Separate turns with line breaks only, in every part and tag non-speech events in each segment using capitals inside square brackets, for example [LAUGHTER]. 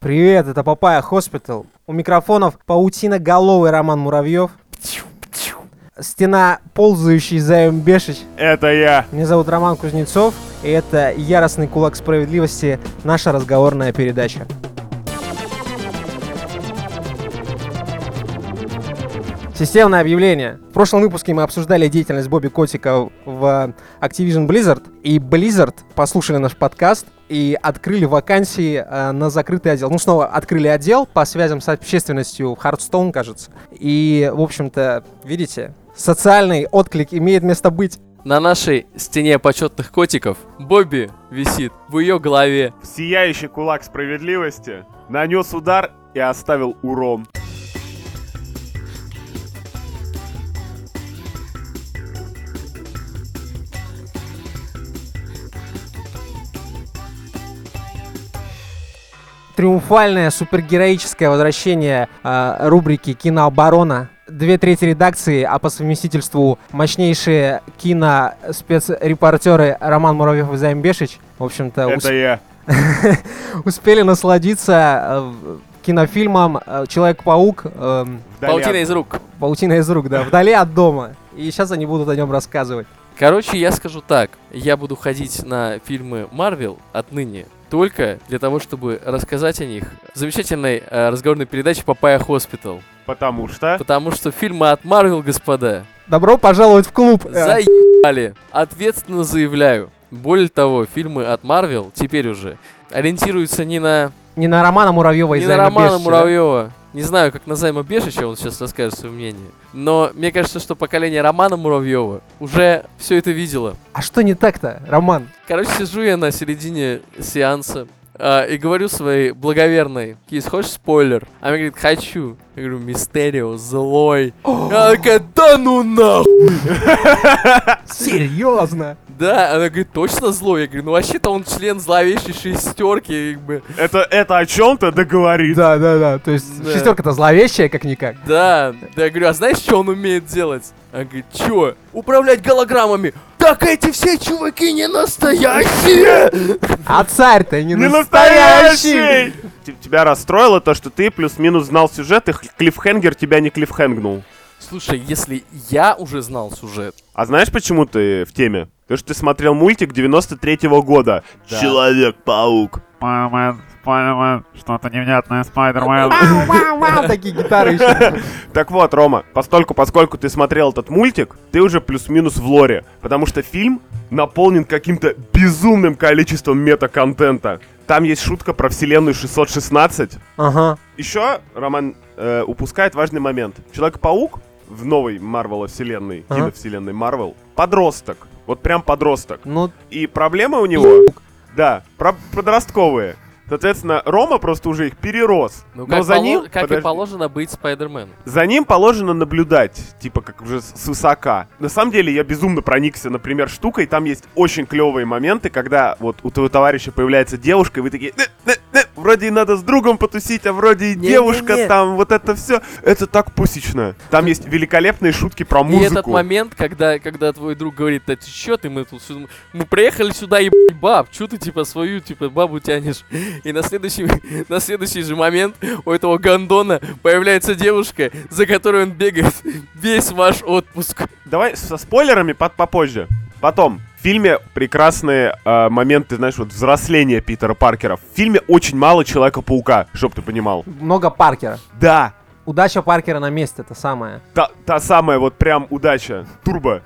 Привет, это Папая Хоспитал. У микрофонов паутина головый Роман Муравьев. Стена ползающий Заем Бешич.
Это я.
Меня зовут Роман Кузнецов, и это «Яростный кулак справедливости» — наша разговорная передача. Системное объявление. В прошлом выпуске мы обсуждали деятельность Бобби Котика в э, Activision Blizzard. И Blizzard послушали наш подкаст и открыли вакансии э, на закрытый отдел. Ну, снова открыли отдел по связям с общественностью в Hearthstone, кажется. И, в общем-то, видите, социальный отклик имеет место быть.
На нашей стене почетных котиков Бобби висит в ее голове.
Сияющий кулак справедливости нанес удар и оставил урон.
Триумфальное супергероическое возвращение э, рубрики «Кинооборона». Две трети редакции, а по совместительству мощнейшие киноспецрепортеры Роман Муравьев и Займ Бешич, в общем-то, усп-
Это я.
успели насладиться э, кинофильмом э, «Человек-паук», эм,
Вдали от-
Паутина из рук.
«Паутина из рук», да, «Вдали от дома». И сейчас они будут о нем рассказывать.
Короче, я скажу так. Я буду ходить на фильмы Марвел отныне только для того, чтобы рассказать о них в замечательной э, разговорной передаче «Папая Хоспитал».
Потому что...
Потому что фильмы от Марвел, господа,
Добро пожаловать в клуб! Э,
заебали. Ответственно заявляю. Более того, фильмы от Марвел теперь уже ориентируются не на
Не на Романа Муравьева и
Не на
Займа
Романа
Бешича, да?
Муравьева. Не знаю, как на Займа Бешича он сейчас расскажет свое мнение. Но мне кажется, что поколение Романа Муравьева уже все это видело.
А что не так-то, Роман?
Короче, сижу я на середине сеанса а, и говорю своей благоверной, Кис, хочешь спойлер? Она мне говорит, хочу. Я говорю,
[GASPS]
Мистерио злой. Она такая, да ну нахуй.
Серьезно?
Да, она говорит, точно злой? Я говорю, ну вообще-то он член зловещей шестерки. как бы».
Это, это о чем-то договорит.
Да, да, да. То есть
Да.
шестерка-то зловещая, как-никак.
Да, да, я говорю, а знаешь, что он умеет делать? Она говорит, чё? Управлять голограммами. Так эти все чуваки не настоящие!
А царь-то не,
Не
настоящий!
настоящий! Т- Тебя расстроило то, что ты плюс-минус знал сюжет, и хл- клиффхенгер тебя не клиффхенгнул.
Слушай, если я уже знал сюжет,
А знаешь, почему ты в теме? Потому что ты смотрел мультик 93-го года.
Да.
Человек-паук.
Спайдермен, Спайдермен, что-то невнятное, Спайдермен.
Вау, вау, вау, Такие гитары еще.
[LAUGHS] Так вот, Рома, постольку, поскольку ты смотрел этот мультик, ты уже плюс-минус в лоре, потому что фильм наполнен каким-то безумным количеством метаконтента. Там есть шутка про вселенную 616.
Ага.
Еще Роман э, упускает важный момент. Человек-паук в новой Марвела вселенной,
Ага.
киновселенной Марвел, подросток. Вот прям подросток.
Ну,
И проблемы у него, да, про- подростковые. Соответственно, Рома просто уже их перерос.
ну
Но
как,
за
поло-
ним,
как и
подожди.
положено быть Спайдерменом.
За ним положено наблюдать, типа как уже с с высока. На самом деле я безумно проникся, например, штукой. Там есть очень клевые моменты, когда вот у твоего товарища появляется девушка, и вы такие, «Э, э, э, вроде и надо с другом потусить, а вроде и
Не-не-не.
девушка там, вот это все. Это так пусечно. Там есть великолепные шутки про
И этот
музыку.
момент, когда, когда твой друг говорит, да ты чё ты, мы тут сю- мы приехали сюда ебать баб, чё ты типа свою типа бабу тянешь? И на следующий, [LAUGHS] на следующий же момент у этого гондона появляется девушка, за которой он бегает весь ваш отпуск.
Давай со спойлерами под попозже. Потом. В фильме прекрасные э, моменты, знаешь, вот взросления Питера Паркера. В фильме очень мало Человека-паука, чтоб ты понимал.
много Паркера.
Да,
Удача Паркера на месте, это самое.
Та, та самая вот прям удача. Турбо.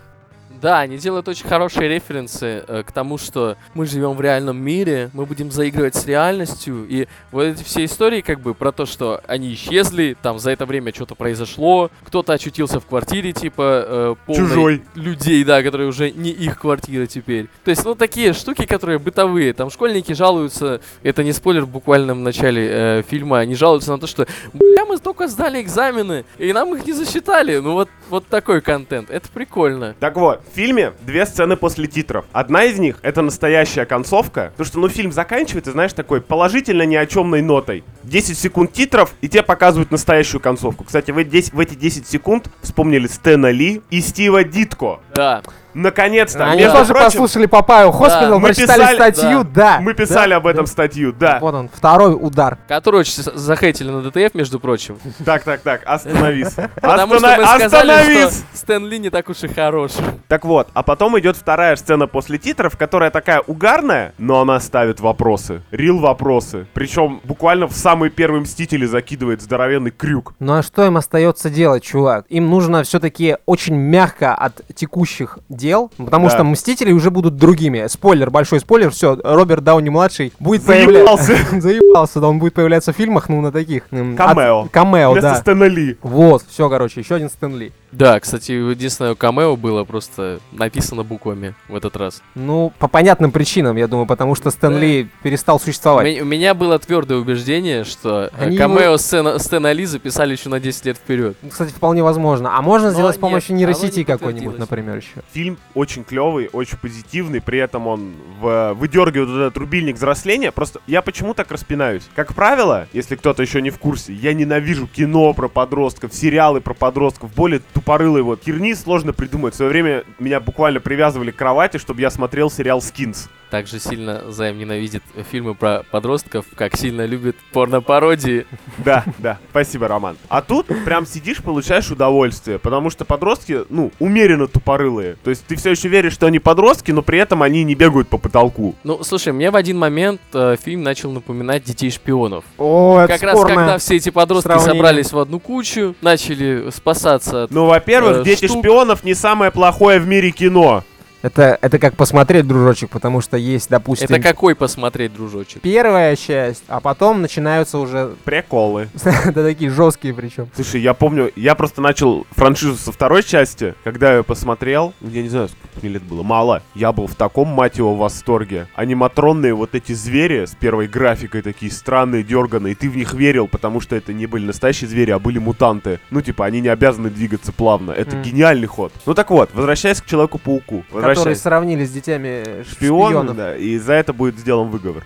Да, они делают очень хорошие референсы э, к тому, что мы живем в реальном мире, мы будем заигрывать с реальностью, и вот эти все истории как бы про то, что они исчезли, там за это время что-то произошло, кто-то очутился в квартире типа э, полной
Чужой.
людей, да, которые уже не их квартира теперь. То есть, ну такие штуки, которые бытовые, там школьники жалуются, это не спойлер в буквальном начале э, фильма, они жалуются на то, что бля, мы только сдали экзамены, и нам их не засчитали, ну вот вот такой контент, это прикольно.
Так вот, в фильме две сцены после титров. Одна из них — это настоящая концовка. Потому что, ну, фильм заканчивается, знаешь, такой положительно ни о чемной нотой. 10 секунд титров, и тебе показывают настоящую концовку. Кстати, в, эти 10 в эти 10 секунд вспомнили Стэна Ли и Стива Дитко.
Да.
Наконец-то.
Они
Между
тоже
прочим,
послушали Папаю Хоспинал,
Мы
прочитали
писали-
статью, да.
Мы писали
Да,
об этом
да.
статью, да.
Вот он, второй удар.
Который очень с- захейтили на ДТФ, между прочим.
Так, так, так, остановись.
Потому что мы
Остана-
сказали,
остановись!
что Стэн Ли не так уж и хорош.
Так вот, а потом идет вторая сцена после титров, которая такая угарная, но она ставит вопросы. Рил вопросы. Причем буквально в самые первые мстители закидывает здоровенный крюк.
Ну а что им остается делать, чувак? Им нужно все-таки очень мягко от текущих дел, потому
Да.
что мстители уже будут другими. Спойлер, большой спойлер, все, Роберт Дауни младший будет
Заебался.
появляться. [LAUGHS] Заебался, да, он будет появляться в фильмах, ну на таких. м, от-
Камео.
Камео,
Вместо
да.
Стэна Ли.
Вот, все, короче, еще один Стэнли.
Да, кстати, единственное камео было просто написано буквами в этот раз.
Ну, по понятным причинам, я думаю, потому что
Да.
Стэнли перестал
У
существовать.
меня, у меня было твердое убеждение, что э,
Они
камео Стэна, Стэна Ли записали еще на 10 лет вперед.
Ну, Кстати, вполне возможно. А можно
Но
сделать с
Ну, нет,
помощью
оно не
нейросети какой-нибудь,
подтвердилось.
например, еще.
Фильм очень клевый, очень позитивный, при этом он в- выдергивает вот этот рубильник взросления. Просто я почему так распинаюсь? Как правило, если кто-то еще не в курсе, я ненавижу кино про подростков, сериалы про подростков, более тупорылые вот херни сложно придумать. В свое время меня буквально привязывали к кровати, чтобы я смотрел сериал «Скинс».
Также сильно Займ ненавидит фильмы про подростков, как сильно любит порно-пародии.
Да, да, спасибо, Роман. А тут прям сидишь, получаешь удовольствие, потому что подростки, ну, умеренно тупорылые. То есть ты все еще веришь, что они подростки, но при этом они не бегают по потолку.
Ну, слушай, мне в один момент э, фильм начал напоминать детей шпионов.
О, это
Ну, как раз когда все эти подростки
сравнение.
собрались в одну кучу, начали спасаться от
Ну, во-первых,
э,
«Дети
штук.
шпионов» не самое плохое в мире кино.
Это, это как посмотреть, дружочек, потому что есть, допустим,
Это какой посмотреть, дружочек?
первая часть, а потом начинаются уже [LAUGHS]
Приколы.
да, такие жесткие причем.
Слушай, я помню, я просто начал франшизу со второй части, когда я её посмотрел, ну, я не знаю, сколько мне лет было, мало, я был в таком, мать его, восторге. Аниматронные вот эти звери с первой графикой такие странные, дерганые, ты в них верил, потому что это не были настоящие звери, а были мутанты. Ну, типа, они не обязаны двигаться плавно. Это
Мгм.
гениальный ход. Ну так вот, возвращаясь к Человеку-пауку.
Которые
Возвращаясь.
сравнили с детьми э,
шпион,
шпионов.
да, и за это будет сделан выговор.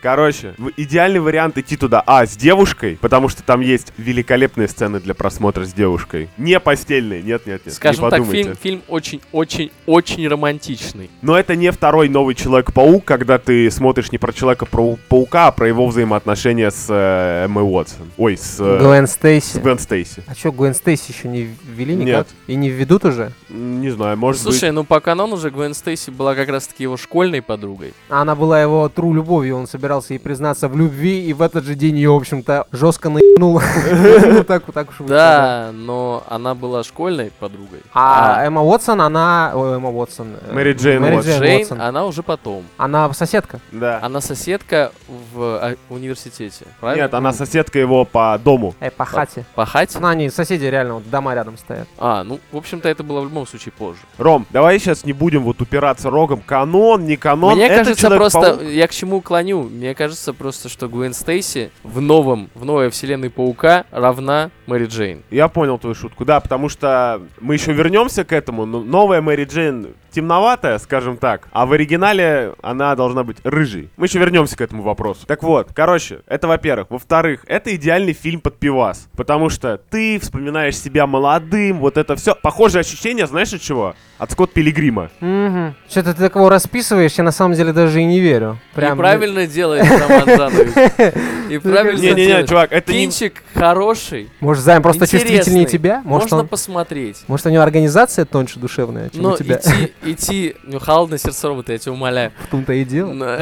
Короче, в- идеальный вариант идти туда, а, с девушкой, потому что там есть великолепные сцены для просмотра с девушкой. Не постельные, нет-нет-нет,
Скажем
не
так,
подумайте.
фильм, фильм очень-очень-очень романтичный.
Но это не второй новый Человек-паук, когда ты смотришь не про Человека-паука, а про его взаимоотношения с э, Эммой Уотсон. Ой, с, э,
Гвен
с
Стейси.
Гвен Стейси.
А что, Гвен Стейси еще не ввели никак?
Нет.
И не введут уже?
М, Не знаю, может
Слушай, ну по канону же Гвен Стейси была как раз-таки его школьной подругой.
А Она была его тру любовью, он собирался ей признаться в любви, и в этот же день ее, в общем-то, жестко
[LAUGHS]
наебнул. Ну, так так уж вышло,
Да, но она была школьной подругой.
А Эмма Уотсон, она... Ой, Эмма Уотсон. э,
Мэри Джейн Уотсон.
Джейн
Джейн,
Уотсон.
она уже потом.
Она соседка.
быть, да.
Она соседка в а, университете, правильно?
Нет, она соседка его по дому.
Эй, э,
А.
по хате.
По хате?
Ну, они соседи реально, вот дома рядом стоят.
А, ну, в общем-то, это было в любом случае позже.
Ром, давай сейчас не будем вот упираться рогом. Канон, не канон.
Мне
это
кажется,
Человек-паук.
просто... Я к чему клоню? Мне кажется просто, что Гуэн Стейси в новом, в новой вселенной Паука равна Мэри Джейн.
Я понял твою шутку, да, потому что мы еще вернемся к этому, но новая Мэри Джейн темноватая, скажем так, а в оригинале она должна быть рыжей. Мы еще вернемся к этому вопросу. Так вот, короче, это во-первых. Во-вторых, это идеальный фильм под пивас, потому что ты вспоминаешь себя молодым, вот это все. Похожие ощущения, знаешь от чего? От Скотт Пилигрима.
Угу. Что-то ты такого расписываешь, я на самом деле даже и не верю.
и правильно делаешь, Роман Жанович.
[LAUGHS]
И правильно
Не-не-не,
делаешь.
чувак, это не...
Кинчик хороший,
Может, Займ просто
интересный.
чувствительнее тебя? Может,
можно
он...
посмотреть.
Может, у него организация тоньше душевная, чем
Но
у тебя?
идти, идти, ну, холодно сердце робота, я тебя умоляю.
[LAUGHS] В том-то и
[LAUGHS]
дело.
Но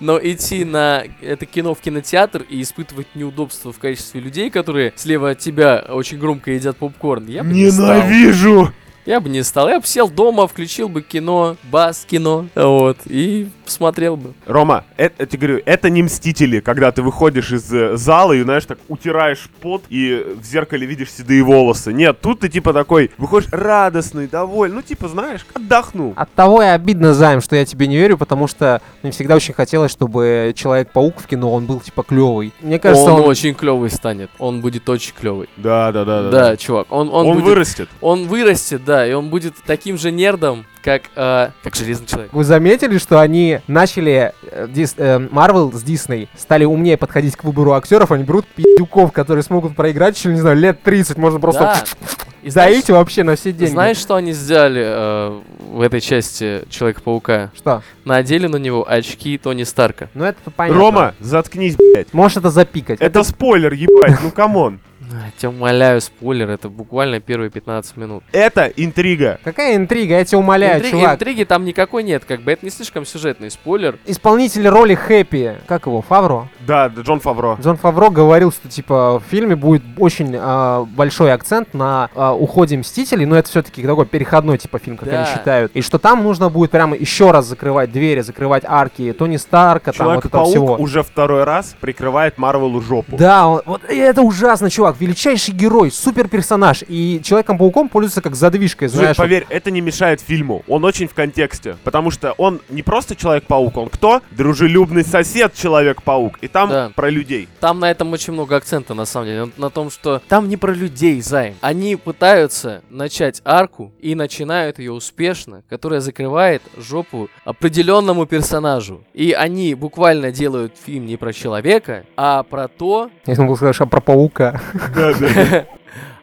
но идти на это кино в кинотеатр и испытывать неудобства в качестве людей, которые слева от тебя очень громко едят попкорн, я бы не стал.
Ненавижу!
Я бы не стал. Я бы сел дома, включил бы кино, бас кино, вот, и посмотрел бы.
Рома, это, я тебе говорю, это не мстители, когда ты выходишь из э, зала и, знаешь, так утираешь пот и в зеркале видишь седые волосы. Нет, тут ты типа такой, выходишь радостный, довольный, ну типа, знаешь, отдохнул.
От того и обидно, Займ, что я тебе не верю, потому что мне всегда очень хотелось, чтобы Человек-паук в кино, он был, типа, клевый. Мне кажется,
он,
он...
очень клевый станет. Он будет очень клевый.
Да, да, да,
Да, чувак. Он, он,
Он,
будет-
вырастет.
он вырастет, да, и он будет таким же нердом, как, э, как железный человек.
Вы заметили, что они начали... э, Дис- э, Марвел с Дисней стали умнее [LAUGHS] подходить к выбору актеров, они берут пиздюков, которые смогут проиграть еще, не знаю, лет 30, можно просто...
Да. И знаешь,
Заить вообще на все деньги.
знаешь, что они сделали э, в этой части Человека-паука?
Что?
Надели на него очки Тони Старка.
Ну это понятно.
Рома, заткнись, блядь.
Можешь это запикать.
Это спойлер, ебать, ну камон.
Я тебя умоляю, спойлер, это буквально первые 15 минут.
Это интрига.
Какая интрига, я тебя умоляю,
Интри-
чувак.
Интриги там никакой нет, как бы это не слишком сюжетный спойлер.
Исполнитель роли Хэппи, как его, Фавро?
Да, да, Джон Фавро.
Джон Фавро говорил, что типа в фильме будет очень а, большой акцент на а, уходе Мстителей, но это все-таки такой переходной типа фильм, как
Да.
они считают. И что там нужно будет прямо еще раз закрывать двери, закрывать арки Тони Старка, там вот этого
Человек-паук
всего.
уже второй раз прикрывает Марвелу жопу.
Да, он- вот и это ужасно, чувак, величайший герой, супер персонаж, и Человеком-пауком пользуется как задвижкой,
Слушай,
знаешь. вот.
поверь, это не мешает фильму. Он очень в контексте. Потому что он не просто Человек-паук, он кто? Дружелюбный сосед Человек-паук. И там
Да.
про людей.
Там на этом очень много акцента, на самом деле. На, на том, что там не про людей, Займ. Они пытаются начать арку и начинают ее успешно, которая закрывает жопу определенному персонажу. И они буквально делают фильм не про человека, а про то,
Я думал, сказать, что про паука.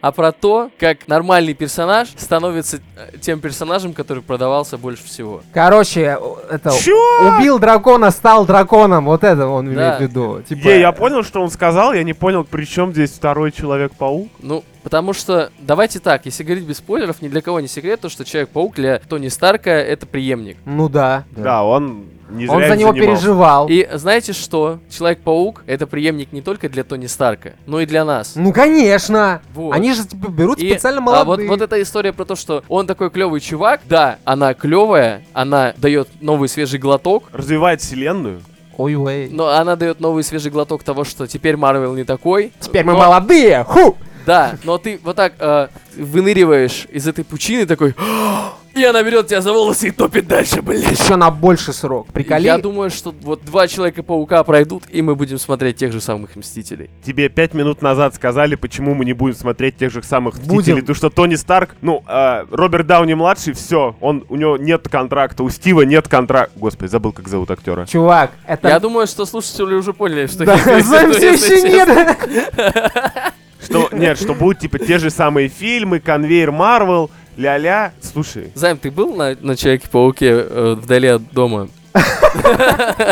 а про то, как нормальный персонаж становится э, тем персонажем, который продавался больше всего.
Короче, о, это...
Чё?
Убил дракона, стал драконом. Вот это он
Да.
имеет в виду. Типа,
Е, я понял, что он сказал, я не понял, при чем здесь второй Человек-паук.
Ну, потому что, давайте так, если говорить без спойлеров, ни для кого не секрет, то, что Человек-паук для Тони Старка это преемник.
Ну да.
Да. он не зря
Он за
им
него
занимался.
переживал.
И знаете что? Человек-паук это преемник не только для Тони Старка, но и для нас.
Ну конечно.
Вот.
Они же типа, берут
И-
специально
а вот,
молодых.
вот эта история про то, что он такой клевый чувак, да, она клевая, она дает новый свежий глоток,
Развивает вселенную.
Ой, ой.
но она дает новый свежий глоток того, что теперь Марвел не такой.
Теперь мы
Но-
молодые. Ху!
Да, но ты вот так э, выныриваешь из этой пучины такой, «Ах!» и она берет тебя за волосы и топит дальше, блядь.
Еще на больший срок. Приколи.
Я думаю, что вот два Человека-паука пройдут, и мы будем смотреть тех же самых Мстителей.
Тебе пять минут назад сказали, почему мы не будем смотреть тех же самых
Будем.
«Мстителей», потому что Тони Старк, ну, э, Роберт Дауни-младший, все, он, у него нет контракта, у Стива нет контракта. Господи, забыл, как зовут актера.
Чувак, это... [LAUGHS]
Я думаю, что слушатели уже поняли, что...
Да,
я- [LAUGHS]
Займ
что
всё
я
еще
сейчас-
нет.
Что, нет, что будут, типа, те же самые фильмы, конвейер Марвел, ля-ля. Слушай,
Займ, ты был на, на Человеке-пауке э, вдали от дома? Просто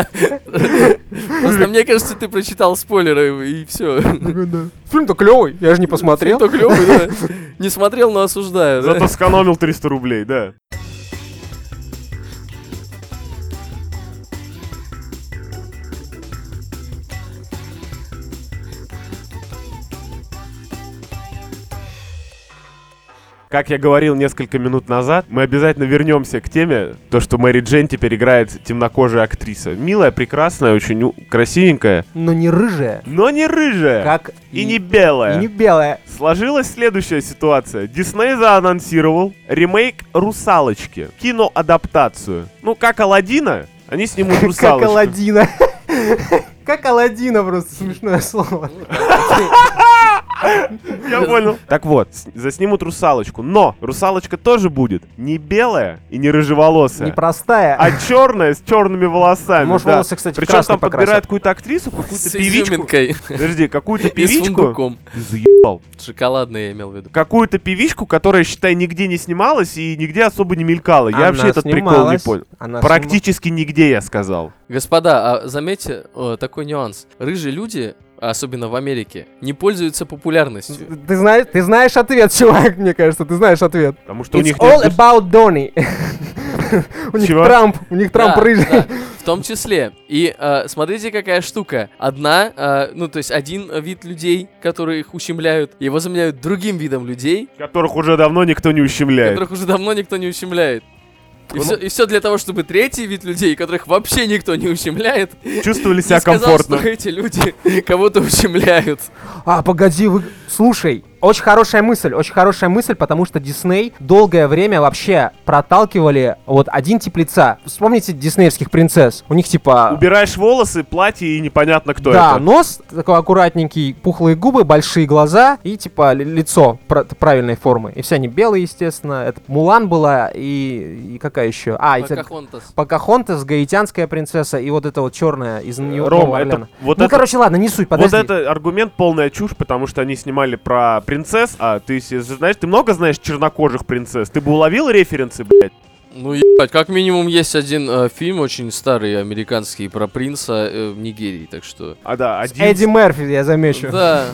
мне кажется, ты прочитал спойлеры и все.
Фильм-то клевый, я же не посмотрел.
Так клёвый, да. Не смотрел, но осуждаю. да.
зато
[LAUGHS]
сэкономил 300 рублей, да. Как я говорил несколько минут назад, мы обязательно вернемся к теме, то, что Мэри Джен теперь играет темнокожая актриса. Милая, прекрасная, очень у- красивенькая,
Но не рыжая.
но не рыжая
Как...
и не белая.
и не белая. [LAUGHS]
Сложилась следующая ситуация. Дисней заанонсировал ремейк «Русалочки», киноадаптацию. Ну, как Алладина, они снимут
[LAUGHS] Как
«Русалочку».
Аладдина. [LAUGHS] Как Аладдина просто смешное слово.
Ну
Я понял. Так вот, с- заснимут «Русалочку». Но «Русалочка» тоже будет не белая и не рыжеволосая,
Непростая.
а черная с черными волосами.
Может,
да.
волосы, кстати, в
Причем
красный
там подбирают
покрасят.
какую-то актрису, какую-то
С
певичку.
изюминкой
Подожди, какую-то
[LAUGHS] и с
певичку.
фундуком.
Ты Заебал.
Шоколадный я имел в виду.
Какую-то певичку, которая, считай, нигде не снималась и нигде особо не мелькала. Я
Она
вообще этот прикол не
снималась.
понял.
Она
Практически нигде, я сказал.
Господа, а заметьте э, такой нюанс. Рыжие люди, особенно в Америке, не пользуются популярностью.
снима- Ты знаешь, ты знаешь ответ, [LAUGHS] чувак, мне кажется, ты знаешь ответ.
Потому что у
It's
них
all
нет...
about Donny. [LAUGHS] У них
Чего?
Трамп, у них Трамп
Да,
рыжий.
да, в том числе. И э, смотрите, какая штука. Одна, э, ну, то есть один вид людей, которые их ущемляют, его заменяют другим видом людей,
Которых уже давно никто не ущемляет.
которых уже давно никто не ущемляет. И,
Э. Ну,
все, для того, чтобы третий вид людей, которых вообще никто не ущемляет,
Чувствовали
не
себя
сказал, что
комфортно.
[LAUGHS] эти люди кого-то ущемляют.
[LAUGHS] А, погоди, вы... Слушай, очень хорошая мысль, очень хорошая мысль, потому что Дисней долгое время вообще проталкивали вот один тип лица. Вспомните диснеевских принцесс. У них типа...
Убираешь волосы, платье и непонятно кто
да, ну,
это.
нос такой аккуратненький, пухлые губы, большие глаза и типа ли- лицо пра- правильной формы. И все они белые, естественно. Это Мулан была и, и какая еще? А, и это-
Покахонтас.
Покахонтас, гаитянская принцесса и вот эта вот черная из нью
Э, Рома, это, вот
ну,
это,
короче, ладно, не суть,
вот
подожди.
это аргумент полная чушь, потому что они снимали про принцесс, а ты се- знаешь, ты много знаешь чернокожих принцесс, ты бы уловил референсы, блядь?
Ну, ебать, как минимум есть один э, фильм очень старый, американский, про принца э, в Нигерии, так что...
А да, один...
Эдди Мерфи, я замечу.
Да.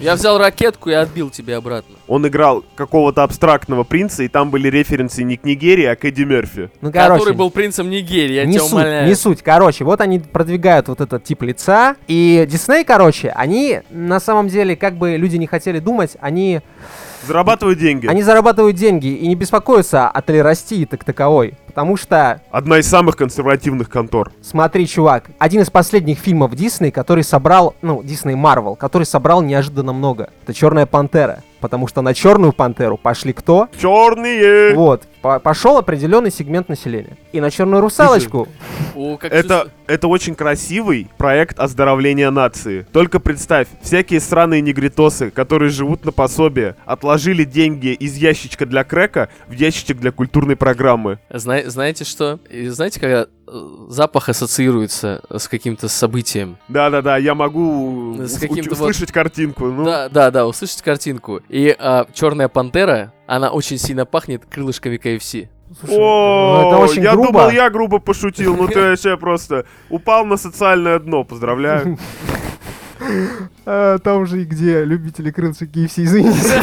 Я взял ракетку и отбил тебе обратно.
Он играл какого-то абстрактного принца, и там были референсы не к Нигерии, а к Эдди Мерфи.
Ну, короче,
Который был принцем Нигерии, я
не
тебя
суть,
умоляю.
не суть. Короче, вот они продвигают вот этот тип лица. И Дисней, короче, они на самом деле, как бы люди не хотели думать, они,
Зарабатывают деньги.
они зарабатывают деньги и не беспокоятся о толерастии так таковой. Потому что
Одна из самых консервативных контор.
Смотри, чувак, один из последних фильмов Дисней, который собрал, ну, Дисней Марвел, который собрал неожиданно много. Это Черная пантера. Потому что на Черную пантеру пошли кто?
Черные!
Вот, по- пошел определенный сегмент населения. И на Черную русалочку.
О, как
Это,
чувствую-
это очень красивый проект оздоровления нации. Только представь, всякие сраные негритосы, которые живут на пособие, отложили деньги из ящичка для крека в ящичек для культурной программы.
Зна- знаете что? И знаете, когда э, запах ассоциируется с каким-то событием?
Да-да-да, я могу
С
ус-
каким-то
уч-
вот-
услышать картинку. Ну,
Да, да, да, услышать картинку. И Черная пантера, она очень сильно пахнет крылышками KFC.
Слушай,
О,
ну это очень
я
грубо.
думал, я грубо пошутил,
[LAUGHS]
но ты вообще просто упал на социальное дно, поздравляю.
А, там же и где любители крылышек KFC, извините.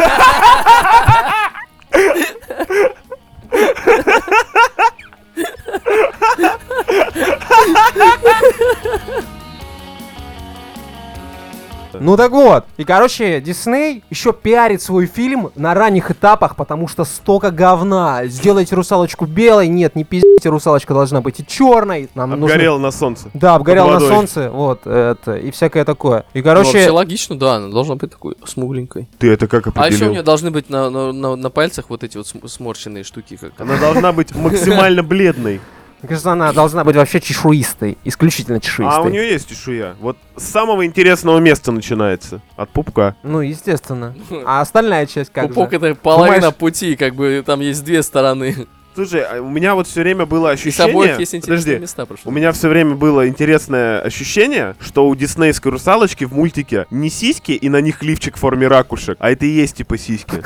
Ну так вот, и короче, Дисней еще пиарит свой фильм на ранних этапах, потому что столько говна. Сделайте русалочку белой, нет, не пиздите, русалочка должна быть и черной. Нам [LAUGHS] нужно
Обгорел на солнце.
да, обгорел
Под
на
водой.
солнце, вот, это, и всякое такое. И,
Ну, вообще
короче,
логично, да, она должна быть такой смугленькой.
Ты это как
А еще у нее
определил?
должны быть на, на- на- на пальцах вот эти вот см- сморщенные штуки. Как...
Она должна быть максимально бледной.
мне кажется, она должна быть вообще чешуистой, исключительно чешуистой.
А у нее есть чешуя. Вот с самого интересного места начинается. От пупка.
Ну,
[LAUGHS]
естественно. А остальная часть как
Пупок
же?
это половина
Понимаешь?
пути, как бы там есть две стороны.
Слушай, а у меня вот все время было
И с обоих
ощущение...
есть интересные
Подожди.
места. прошу.
У меня все время было интересное ощущение, что у диснейской русалочки в мультике не сиськи и на них лифчик в форме ракушек, а это и есть типа сиськи.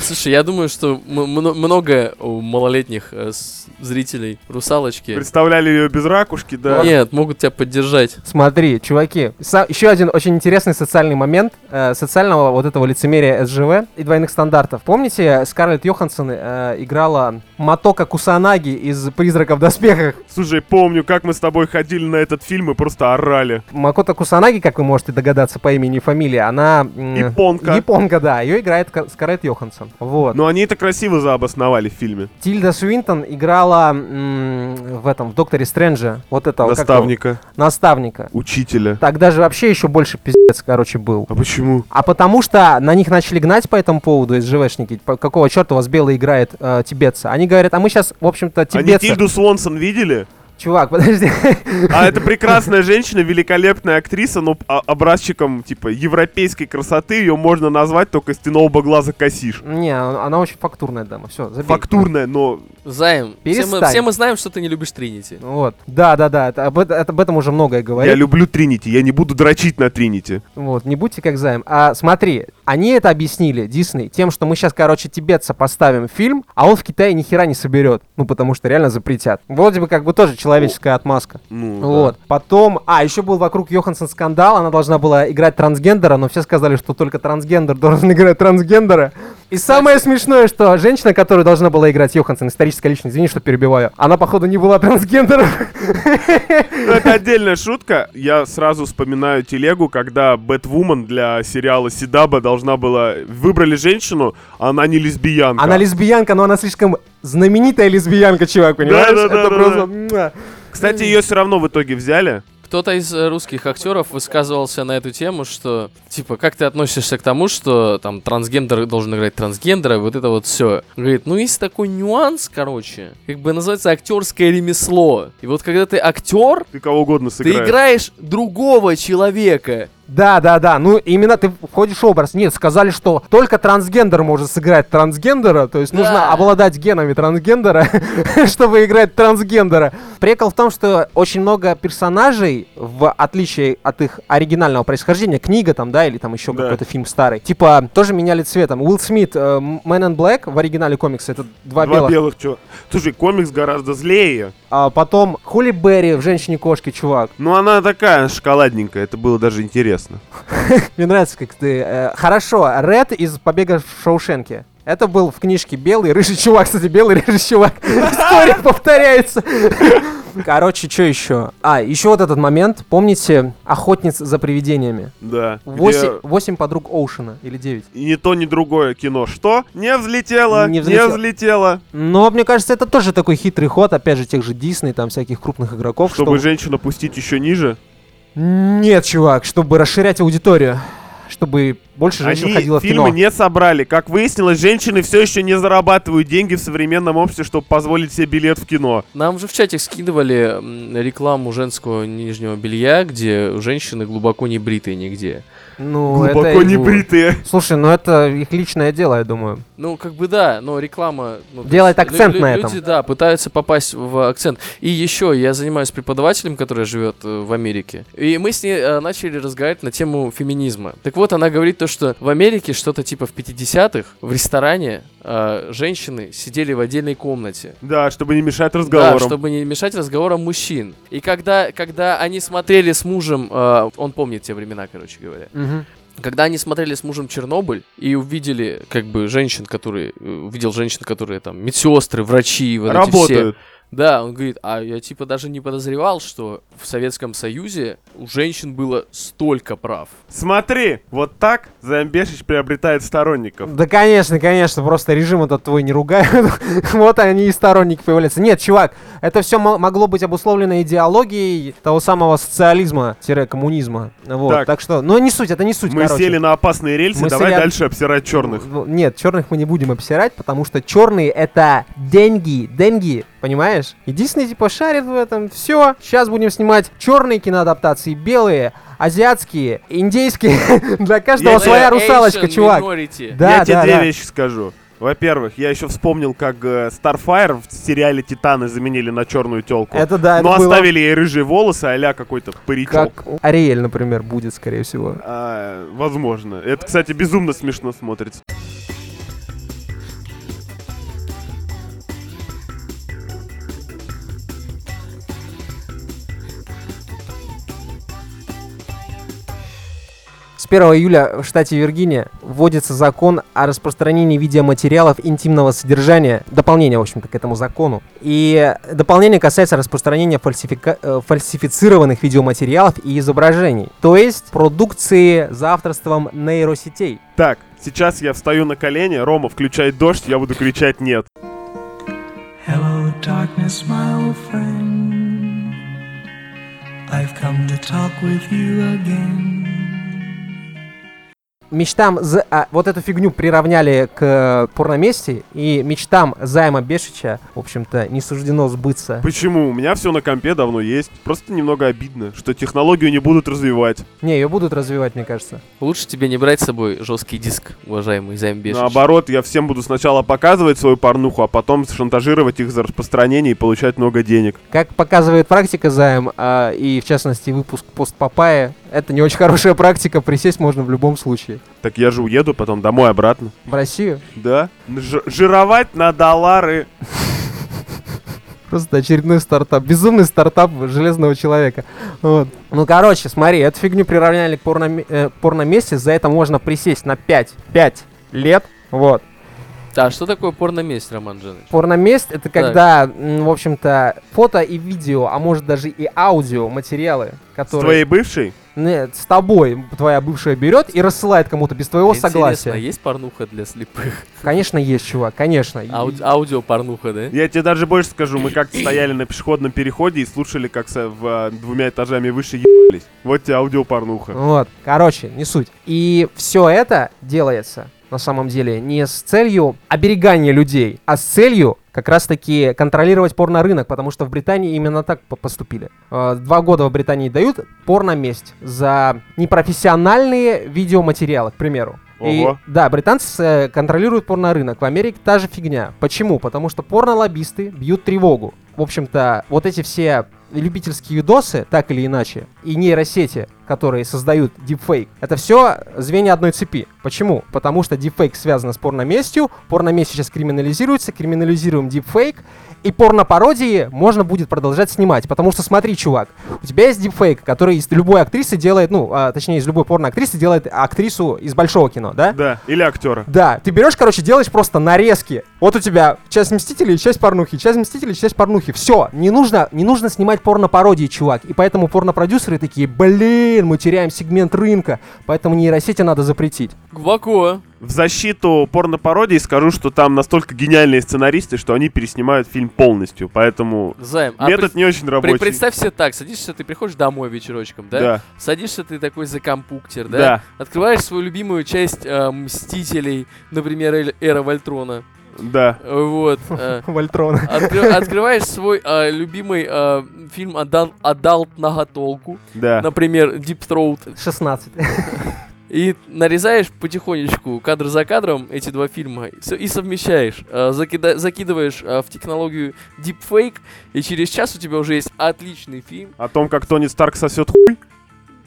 Слушай, я думаю, что м- мно- много у малолетних э, с- зрителей русалочки.
Представляли ее без ракушки, да.
Нет, могут тебя поддержать.
Смотри, чуваки, еще один очень интересный социальный момент э, социального вот этого лицемерия СЖВ и двойных стандартов. Помните, Скарлетт Йоханссон э, играла Матока Кусанаги из «Призраков в доспехах»?
Слушай, помню, как мы с тобой ходили на этот фильм и просто орали.
Макото Кусанаги, как вы можете догадаться по имени и фамилии, она... м,
Японка.
Японка, да, ее играет Ка- Скарлетт Йоханссон. Вот.
Но они это красиво заобосновали в фильме.
Тильда Свинтон играла м, в этом, в Докторе Стрэнджа. Вот этого. как его?
Наставника,
наставника.
учителя.
Тогда же вообще еще больше пиздец, короче, был.
А почему?
А потому что на них начали гнать по этому поводу СЖВшники. По- Какого черта у вас белый играет э, тибетца? Они говорят, а мы сейчас, в общем-то,
Они
тибетцы...
Тильду Свонсон видели?
Чувак, [LAUGHS] подожди.
А это прекрасная женщина, великолепная актриса, но а- образчиком, типа, европейской красоты ее можно назвать только из тянового глаза косишь.
Не, она она очень фактурная дама. Все, забей.
Фактурная, но...
Займ, все мы,
Перестань.
все мы знаем, что ты не любишь Тринити.
Вот. Да, да, да. это- об, это- об этом уже многое
Я
говорили.
люблю Тринити, я не буду дрочить на Тринити.
Вот, не будьте как займ. А смотри, они это объяснили, Дисней, тем, что мы сейчас, короче, тибетца поставим в фильм, а он в Китае ни хера не соберет. Ну, потому что реально запретят. Вроде бы как бы тоже человеческая отмазка.
Ну, да.
Вот. Потом, а, еще был вокруг Йоханссон скандал, она должна была играть трансгендера, но все сказали, что только трансгендер должен [LAUGHS] играть трансгендера. И самое смешное, что женщина, которую должна была играть Йоханссон, историческая личность, извини, что перебиваю, она, походу, не была
[LAUGHS]
трансгендером.
Ну, это отдельная шутка. Я сразу вспоминаю телегу, когда Бэтвумен для сериала Сидаба должна была... Выбрали женщину, а она не лесбиянка.
Она лесбиянка, но она слишком знаменитая лесбиянка, чувак, понимаешь?
да, да,
Это
да,
просто...
да.
муа.
Кстати, ее все равно в итоге взяли.
Кто-то из э, русских актеров высказывался на эту тему, что Типа, как ты относишься к тому, что там трансгендер должен играть трансгендера, и вот это вот все. Говорит, ну есть такой нюанс, короче, как бы называется актерское ремесло. И вот когда ты актер,
Ты кого угодно сыграешь.
ты играешь другого человека.
Да, да, да. Ну, именно ты входишь в образ. Нет, сказали, что только трансгендер может сыграть трансгендера, то есть
Да.
нужно обладать генами трансгендера, [LAUGHS] чтобы играть трансгендера. Прикол в том, что очень много персонажей, в отличие от их оригинального происхождения, книга там, да, или там еще
Да.
какой-то фильм старый, типа тоже меняли цветом. Уилл Смит, э, Man in Black в оригинале комикса, это два,
Два
белых.
белых чё. Слушай, комикс гораздо злее.
А потом Холли Берри в «Женщине-кошке», чувак.
Ну, она такая шоколадненькая, это было даже интересно.
Мне нравится, как ты... э, хорошо, Ред из «Побега в Шоушенке». Это был в книжке «Белый рыжий чувак». Кстати, «Белый рыжий чувак».
[LAUGHS]
История повторяется. Короче, что еще? А, еще вот этот момент. Помните «Охотниц за привидениями»?
Да. Где
Восемь, восемь подруг Оушена или девять.
И ни то, ни другое кино. Что? Не взлетело!
Не
Не
взлетело.
взлетело!
Но, мне кажется, это тоже такой хитрый ход, опять же, тех же Дисней, там, всяких крупных игроков.
Чтобы
что-
женщину пустить еще ниже,
Нет, чувак, чтобы расширять аудиторию. Чтобы больше женщин
они
ходило в кино.
фильмы не собрали. Как выяснилось, женщины все еще не зарабатывают деньги в современном обществе, чтобы позволить себе билет в кино.
Нам же в чатик скидывали м, рекламу женского нижнего белья, где женщины глубоко не бритые нигде.
Ну, это-
Глубоко небритые.
Слушай, ну это их личное дело, я думаю.
Ну, как бы да, но реклама... ну, то
Делает
есть лю-
акцент
лю-
на
Люди, да, пытаются попасть в акцент. И еще я занимаюсь преподавателем, который живет э, в Америке. И мы с ней э, начали разговаривать на тему феминизма. Так вот, она говорит то, что в Америке что-то типа в 50-х в ресторане э, женщины сидели в отдельной комнате.
[LAUGHS] Да, чтобы не мешать
Да,
разговорам.
чтобы не мешать разговорам мужчин. И когда, когда они смотрели с мужем, э, он помнит те времена, короче говоря, когда они смотрели с мужем Чернобыль и увидели, как бы, женщин, которые... э, Увидел женщин, которые там медсестры, врачи, вот эти все.
Работают.
Да, он говорит, а я типа даже не подозревал, что в Советском Союзе у женщин было столько прав.
Смотри, вот так Замбешич приобретает сторонников.
Да, конечно, конечно, просто режим этот твой не ругают. [LAUGHS] вот они и сторонники появляются. Нет, чувак, это все могло быть обусловлено идеологией того самого социализма-коммунизма. Вот, так.
Так.
что, ну не суть, это не суть,
Мы
короче.
сели на опасные рельсы,
Мы
давай
сели от-
дальше обсирать черных.
Ну, Нет, черных мы не будем обсирать, потому что черные это деньги, деньги, понимаешь? И Дисней типа шарит в этом, все. Сейчас будем снимать черные киноадаптации, белые, азиатские, индейские. [LAUGHS] Для каждого
Я-
своя
Asian
русалочка, чувак.
minority.
Да,
я тебе
да,
две
да.
вещи скажу. Во-первых, я еще вспомнил, как э, Starfire в сериале Титаны заменили на черную телку.
Это да,
Но
это было.
оставили ей рыжие волосы, а-ля какой-то паричок.
Как Ариэль, например, будет, скорее всего.
А, возможно. Это, кстати, безумно смешно смотрится.
С 1 июля в штате Виргиния вводится закон о распространении видеоматериалов интимного содержания, дополнение, в общем-то, к этому закону. И дополнение касается распространения фальсифика- э, фальсифицированных видеоматериалов и изображений, то есть продукции за авторством нейросетей.
Так, сейчас я встаю на колени, Рома включает дождь, я буду кричать «нет».
Hello, darkness, my old friend. I've come to talk with you again.
Мечтам за... а, вот эту фигню приравняли к э, порноместе, и мечтам займа Бешича, в общем-то, не суждено сбыться.
Почему? У меня все на компе давно есть. Просто немного обидно, что технологию не будут развивать.
Не, ее будут развивать, мне кажется.
Лучше тебе не брать с собой жесткий диск, уважаемый займбешич.
Наоборот, я всем буду сначала показывать свою порнуху, а потом шантажировать их за распространение и получать много денег.
Как показывает практика займ, а, и в частности выпуск пост Папая, это не очень хорошая практика, присесть можно в любом случае.
Так я же уеду потом домой обратно.
В Россию
Да? Ж- жировать на доллары.
просто очередной стартап, безумный стартап железного человека. Вот. Ну, короче, смотри, эту фигню приравняли к порно, э, порноместе, за это можно присесть на 5, 5 лет, вот.
Да, что такое порноместь, Роман Джанович?
Порноместь — это когда, м, в общем-то, фото и видео, а может даже и аудио материалы,
С
которые
твоей бывшей?
Нет, с тобой твоя бывшая берет и рассылает кому-то без твоего
Интересно, а
согласия.
есть порнуха для слепых?
Конечно, есть, чувак, конечно. И-
Ауди- аудио порнуха, да?
Я тебе даже больше скажу, мы как-то стояли на пешеходном переходе и слушали, как со- в, э, двумя этажами выше ебались. Вот тебе аудиопорнуха.
Вот, короче, не суть. И все это делается на самом деле не с целью оберегания людей, а с целью как раз-таки контролировать порно-рынок, потому что в Британии именно так по- поступили. Э, Два года в Британии дают порно-месть за непрофессиональные видеоматериалы, к примеру. И,
Ого.
да, британцы э, контролируют порно-рынок. В Америке та же фигня. Почему? Потому что порно-лоббисты бьют тревогу. В общем-то, вот эти все любительские видосы, так или иначе, и нейросети, которые создают дипфейк, это все звенья одной цепи. Почему? Потому что дипфейк связан с порноместью, порноместь сейчас криминализируется, криминализируем дипфейк, и порнопародии можно будет продолжать снимать. Потому что смотри, чувак, у тебя есть дипфейк, который из любой актрисы делает, ну, а, точнее, из любой порноактрисы делает актрису из большого кино, да?
Да, или актера.
Да, ты берешь, короче, делаешь просто нарезки. Вот у тебя часть Мстителей, часть порнухи, часть Мстителей, часть порнухи. Все, не нужно, не нужно снимать порно-пародии, чувак. И поэтому порно-продюсеры такие, блин, мы теряем сегмент рынка, поэтому нейросети надо запретить.
Глубоко.
В защиту порнопародии скажу, что там настолько гениальные сценаристы, что они переснимают фильм полностью. Поэтому
Займ, а
метод
пред-
не очень
пред-
рабочий.
представь себе так, садишься, ты приходишь домой вечерочком, да?
Да.
Садишься ты такой за компуктер, да?
Да.
Открываешь свою любимую часть э, Мстителей, например, Эль- Эра Вольтрона.
Да.
Э, Вот. э,
Вольтрон.
откры- открываешь свой э, любимый э, фильм «Адал- «Адалт на готовку»,
Да.
например, Deep Throat,
16.
и нарезаешь потихонечку, кадр за кадром, эти два фильма, и со- и совмещаешь, э, закида- закидываешь э, в технологию Deepfake, и через час у тебя уже есть отличный фильм,
О том, как Тони Старк сосет хуй.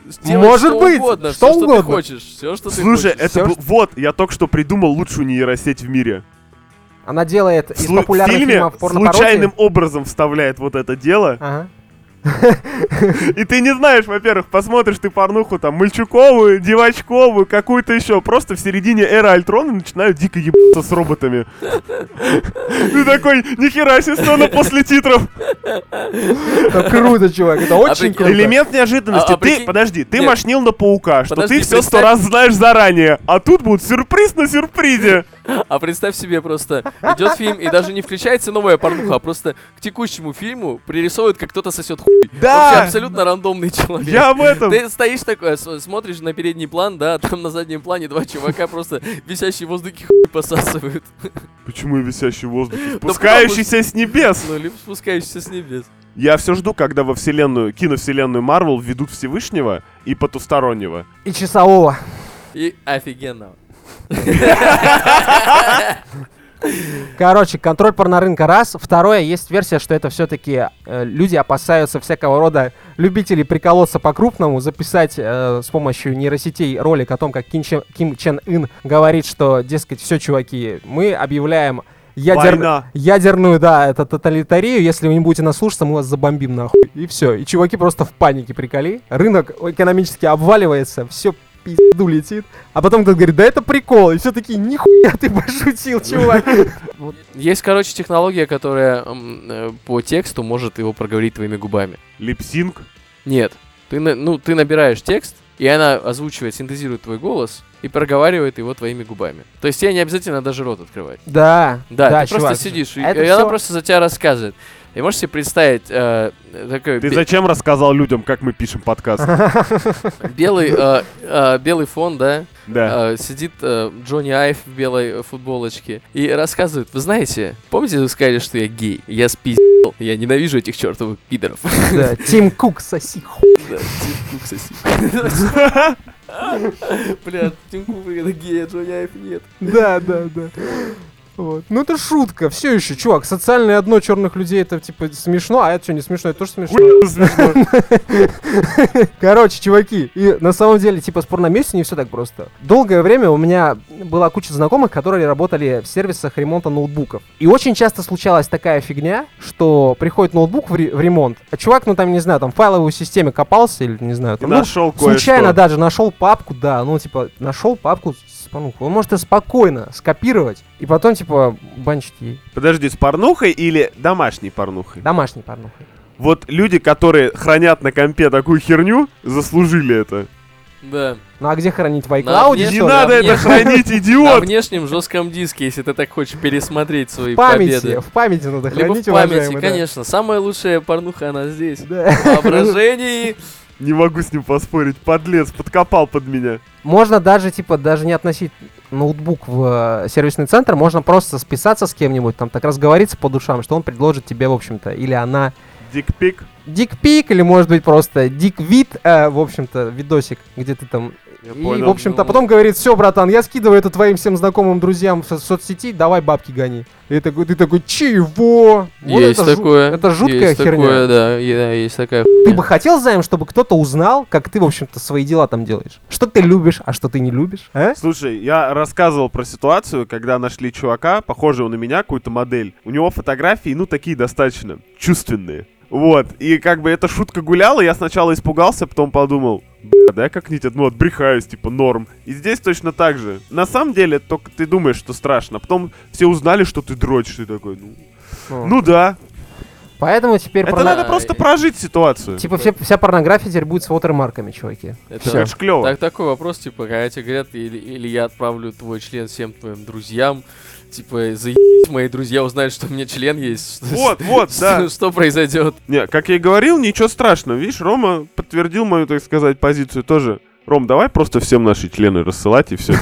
Сделай
Может
что
быть,
угодно,
что
все,
угодно.
что ты хочешь, все, что ты
Слушай,
хочешь.
это
Всё,
был- вот, я только что придумал лучшую нейросеть в мире.
Она делает из
Слу-
популярных
в фильме
фильмов порно
случайным образом вставляет вот это дело.
Ага.
И ты не знаешь, во-первых, посмотришь ты порнуху там мальчуковую, девочковую, какую-то еще. Просто в середине эры Альтрона начинают дико ебаться с роботами. Ты такой, нихера себе сцена после титров.
Это круто, чувак, это очень
прикинь,
круто.
Элемент неожиданности.
А- а
ты,
прикинь-
подожди, ты
Нет.
машнил на паука, что
Подожди,
ты все сто
представь-
раз знаешь заранее, а тут будет сюрприз на сюрпризе.
А представь себе просто, идет фильм, и даже не включается новая порнуха, а просто к текущему фильму пририсовывают, как кто-то сосет хуй. Вообще
Да,
абсолютно рандомный человек.
я об этом.
Ты стоишь такой, с- смотришь на передний план, да, а там на заднем плане два чувака просто висящие в воздухе хуй посасывают.
Почему я висящий в воздухе? Спускающийся с небес.
Ну, либо спускаешься с небес.
Я все жду, когда во вселенную, киновселенную Марвел введут Всевышнего и Потустороннего.
И часового.
И офигенно.
Короче, контроль порнорынка раз. Второе, есть версия, что это все-таки люди опасаются всякого рода любителей приколоться по-крупному, записать э, с помощью нейросетей ролик о том, как Ким Чен, Ким Чен Ын говорит, что, дескать, все, чуваки, мы объявляем ядер-
Война.
ядерную, да, это тоталитарию, если вы не будете нас слушаться, мы вас забомбим нахуй. И все. И чуваки просто в панике, приколи. Рынок экономически обваливается, все пизду летит. А потом кто-то говорит, да это прикол. И все такие, нихуя ты пошутил, чувак.
Есть, короче, технология, которая м, э, по тексту может его проговорить твоими губами.
Липсинг.
Нет. Ты, на- ну, ты набираешь текст, и она озвучивает, синтезирует твой голос и проговаривает его твоими губами. То есть тебе не обязательно даже рот открывать.
Да,
Да, ты
чувак.
просто сидишь, и,
Это
и она
всё-
просто за тебя рассказывает. И можешь себе представить э, такой
Ты
бе-
зачем рассказал людям, как мы пишем подкаст?
белый, э, э, белый фон, да?
Да.
Э, сидит э, Джонни Айв в белой э, футболочке и рассказывает, вы знаете, помните, вы сказали, что я гей? Я спиздил, я ненавижу этих чертовых пидоров.
[LAUGHS] Да, Тим Кук, соси хуй.
Да, Тим Кук соси. Бля, Тим Кук это гей, а Джонни Айв нет.
Да, да, да. Вот. Ну это шутка, все еще, чувак, социальное одно черных людей это типа смешно, а это что не смешно, это тоже смешно.
Хуй смешно.
[LAUGHS] Короче, чуваки, и на самом деле, типа, спор на месте не все так просто. Долгое время у меня была куча знакомых, которые работали в сервисах ремонта ноутбуков. И очень часто случалась такая фигня, что приходит ноутбук в, ре- в ремонт, а чувак, ну там, не знаю, там в файловой системе копался или, не знаю,
Ты
там, ну,
Нашел кое-что.
Случайно даже нашел папку, да, ну типа нашел папку с с порнухой. Он может это спокойно скопировать и потом, типа, банчить ей
Подожди, с порнухой или домашней порнухой?
домашней порнухой.
Вот люди, которые хранят на компе такую херню, заслужили это.
Да.
Ну а где хранить в
Не
iCloud?
внешнем-
что ли?
надо
[LAUGHS] да?
это хранить,
На
идиот!
внешнем жестком диске, если ты так хочешь пересмотреть свои
В памяти,
победы.
в памяти надо
Либо в
хранить,
памяти,
уважаемый, да.
конечно. Самая лучшая порнуха, она здесь.
Да.
В
[LAUGHS]
воображении.
Не могу с ним поспорить, подлец, подкопал под меня.
Можно даже, типа, даже не относить ноутбук в э, сервисный центр, можно просто списаться с кем-нибудь, там так разговориться по душам, что он предложит тебе, в общем-то, или она
Дикпик.
дикпик, или, может быть, просто диквид, э, в общем-то, видосик, где ты там...
Я
и,
понял.
в общем-то,
ну.
потом говорит, все, братан, я скидываю это твоим всем знакомым друзьям в со- соцсети, давай бабки гони. И такой, ты такой, чего? Вот
есть
это жу-
такое.
это жуткая
есть
херня.
Такое, да, е- да, есть такая
Ты
хуйня.
бы хотел, Займ, чтобы кто-то узнал, как ты, в общем-то, свои дела там делаешь? Что ты любишь, а что ты не любишь? А?
Слушай, я рассказывал про ситуацию, когда нашли чувака, похожего на меня, какую-то модель. У него фотографии, ну, такие достаточно чувственные. Вот, и как бы эта шутка гуляла, я сначала испугался, потом подумал, «Бля, да я как-нибудь, от- ну, отбрехаюсь, типа, норм. И здесь точно так же. На самом деле, только ты думаешь, что страшно, а потом все узнали, что ты дрочишь, ты такой, ну, ну да.
Поэтому теперь...
Это
порно-
надо просто прожить ситуацию.
Типа все- вся порнография теперь будет с вотермарками, чуваки.
Это-
Всё.
Это ж клево.
Так, такой вопрос, типа, когда тебе говорят, или, или я отправлю твой член всем твоим друзьям, типа, заебись, мои друзья узнают, что у меня член есть. [LAUGHS] что-
Вот, вот,
что-
[LAUGHS]
да.
[LAUGHS] Что произойдет?
Не, как я и говорил, ничего страшного. Видишь, Рома подтвердил мою, так сказать, позицию тоже. Ром, давай просто всем наши члены рассылать и
[LAUGHS]
все.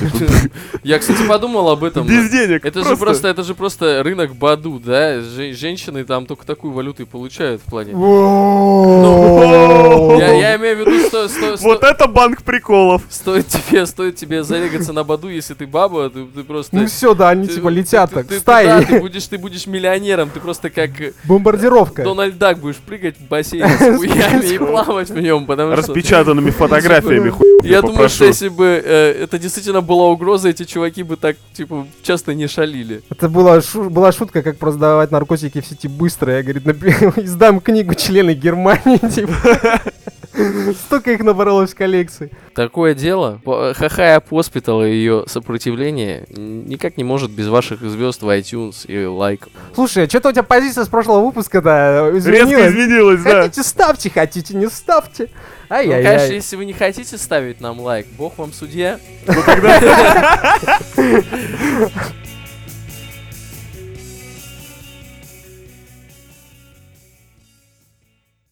Я, кстати, подумал об этом.
Без денег.
Это же просто, это же просто рынок Баду, да? Же- Женщины там только такую валюту и получают в плане. Ну.
Ну,
Я, я имею в виду, что, что- что-
Вот это банк приколов.
стоит тебе, стоит тебе зарегаться на Баду, если ты баба, ты, ты просто.
Ну все, да, они
ты-
типа
ты-
летят
ты-
так,
ты- да, ты
стаи.
будешь, ты будешь миллионером, ты просто как э,
Бомбардировка.
Дональд Дак будешь прыгать в бассейн с хуями и плавать в нем, потому Ну что... [LAUGHS]
Распечатанными фотографиями хуй.
Я думаю, что если бы э, это действительно была угроза, эти чуваки бы так, типа, часто не шалили.
Это была, шу- была шутка, как продавать наркотики в сети быстро. Я, говорит, напи- [LAUGHS] издам книгу «Члены Германии». [LAUGHS] Типа. Столько их набралось в коллекции.
Такое дело. По- Хахая Поспитал и ее сопротивление н- никак не может без ваших звезд в iTunes и лайков.
Слушай, что-то у тебя позиция с прошлого выпуска-то э,
Резко
изменилась.
изменилось, да.
Хотите, ставьте, хотите, не ставьте.
Ну, конечно,
Ай-яй-яй.
если вы не хотите ставить нам лайк, бог вам судья.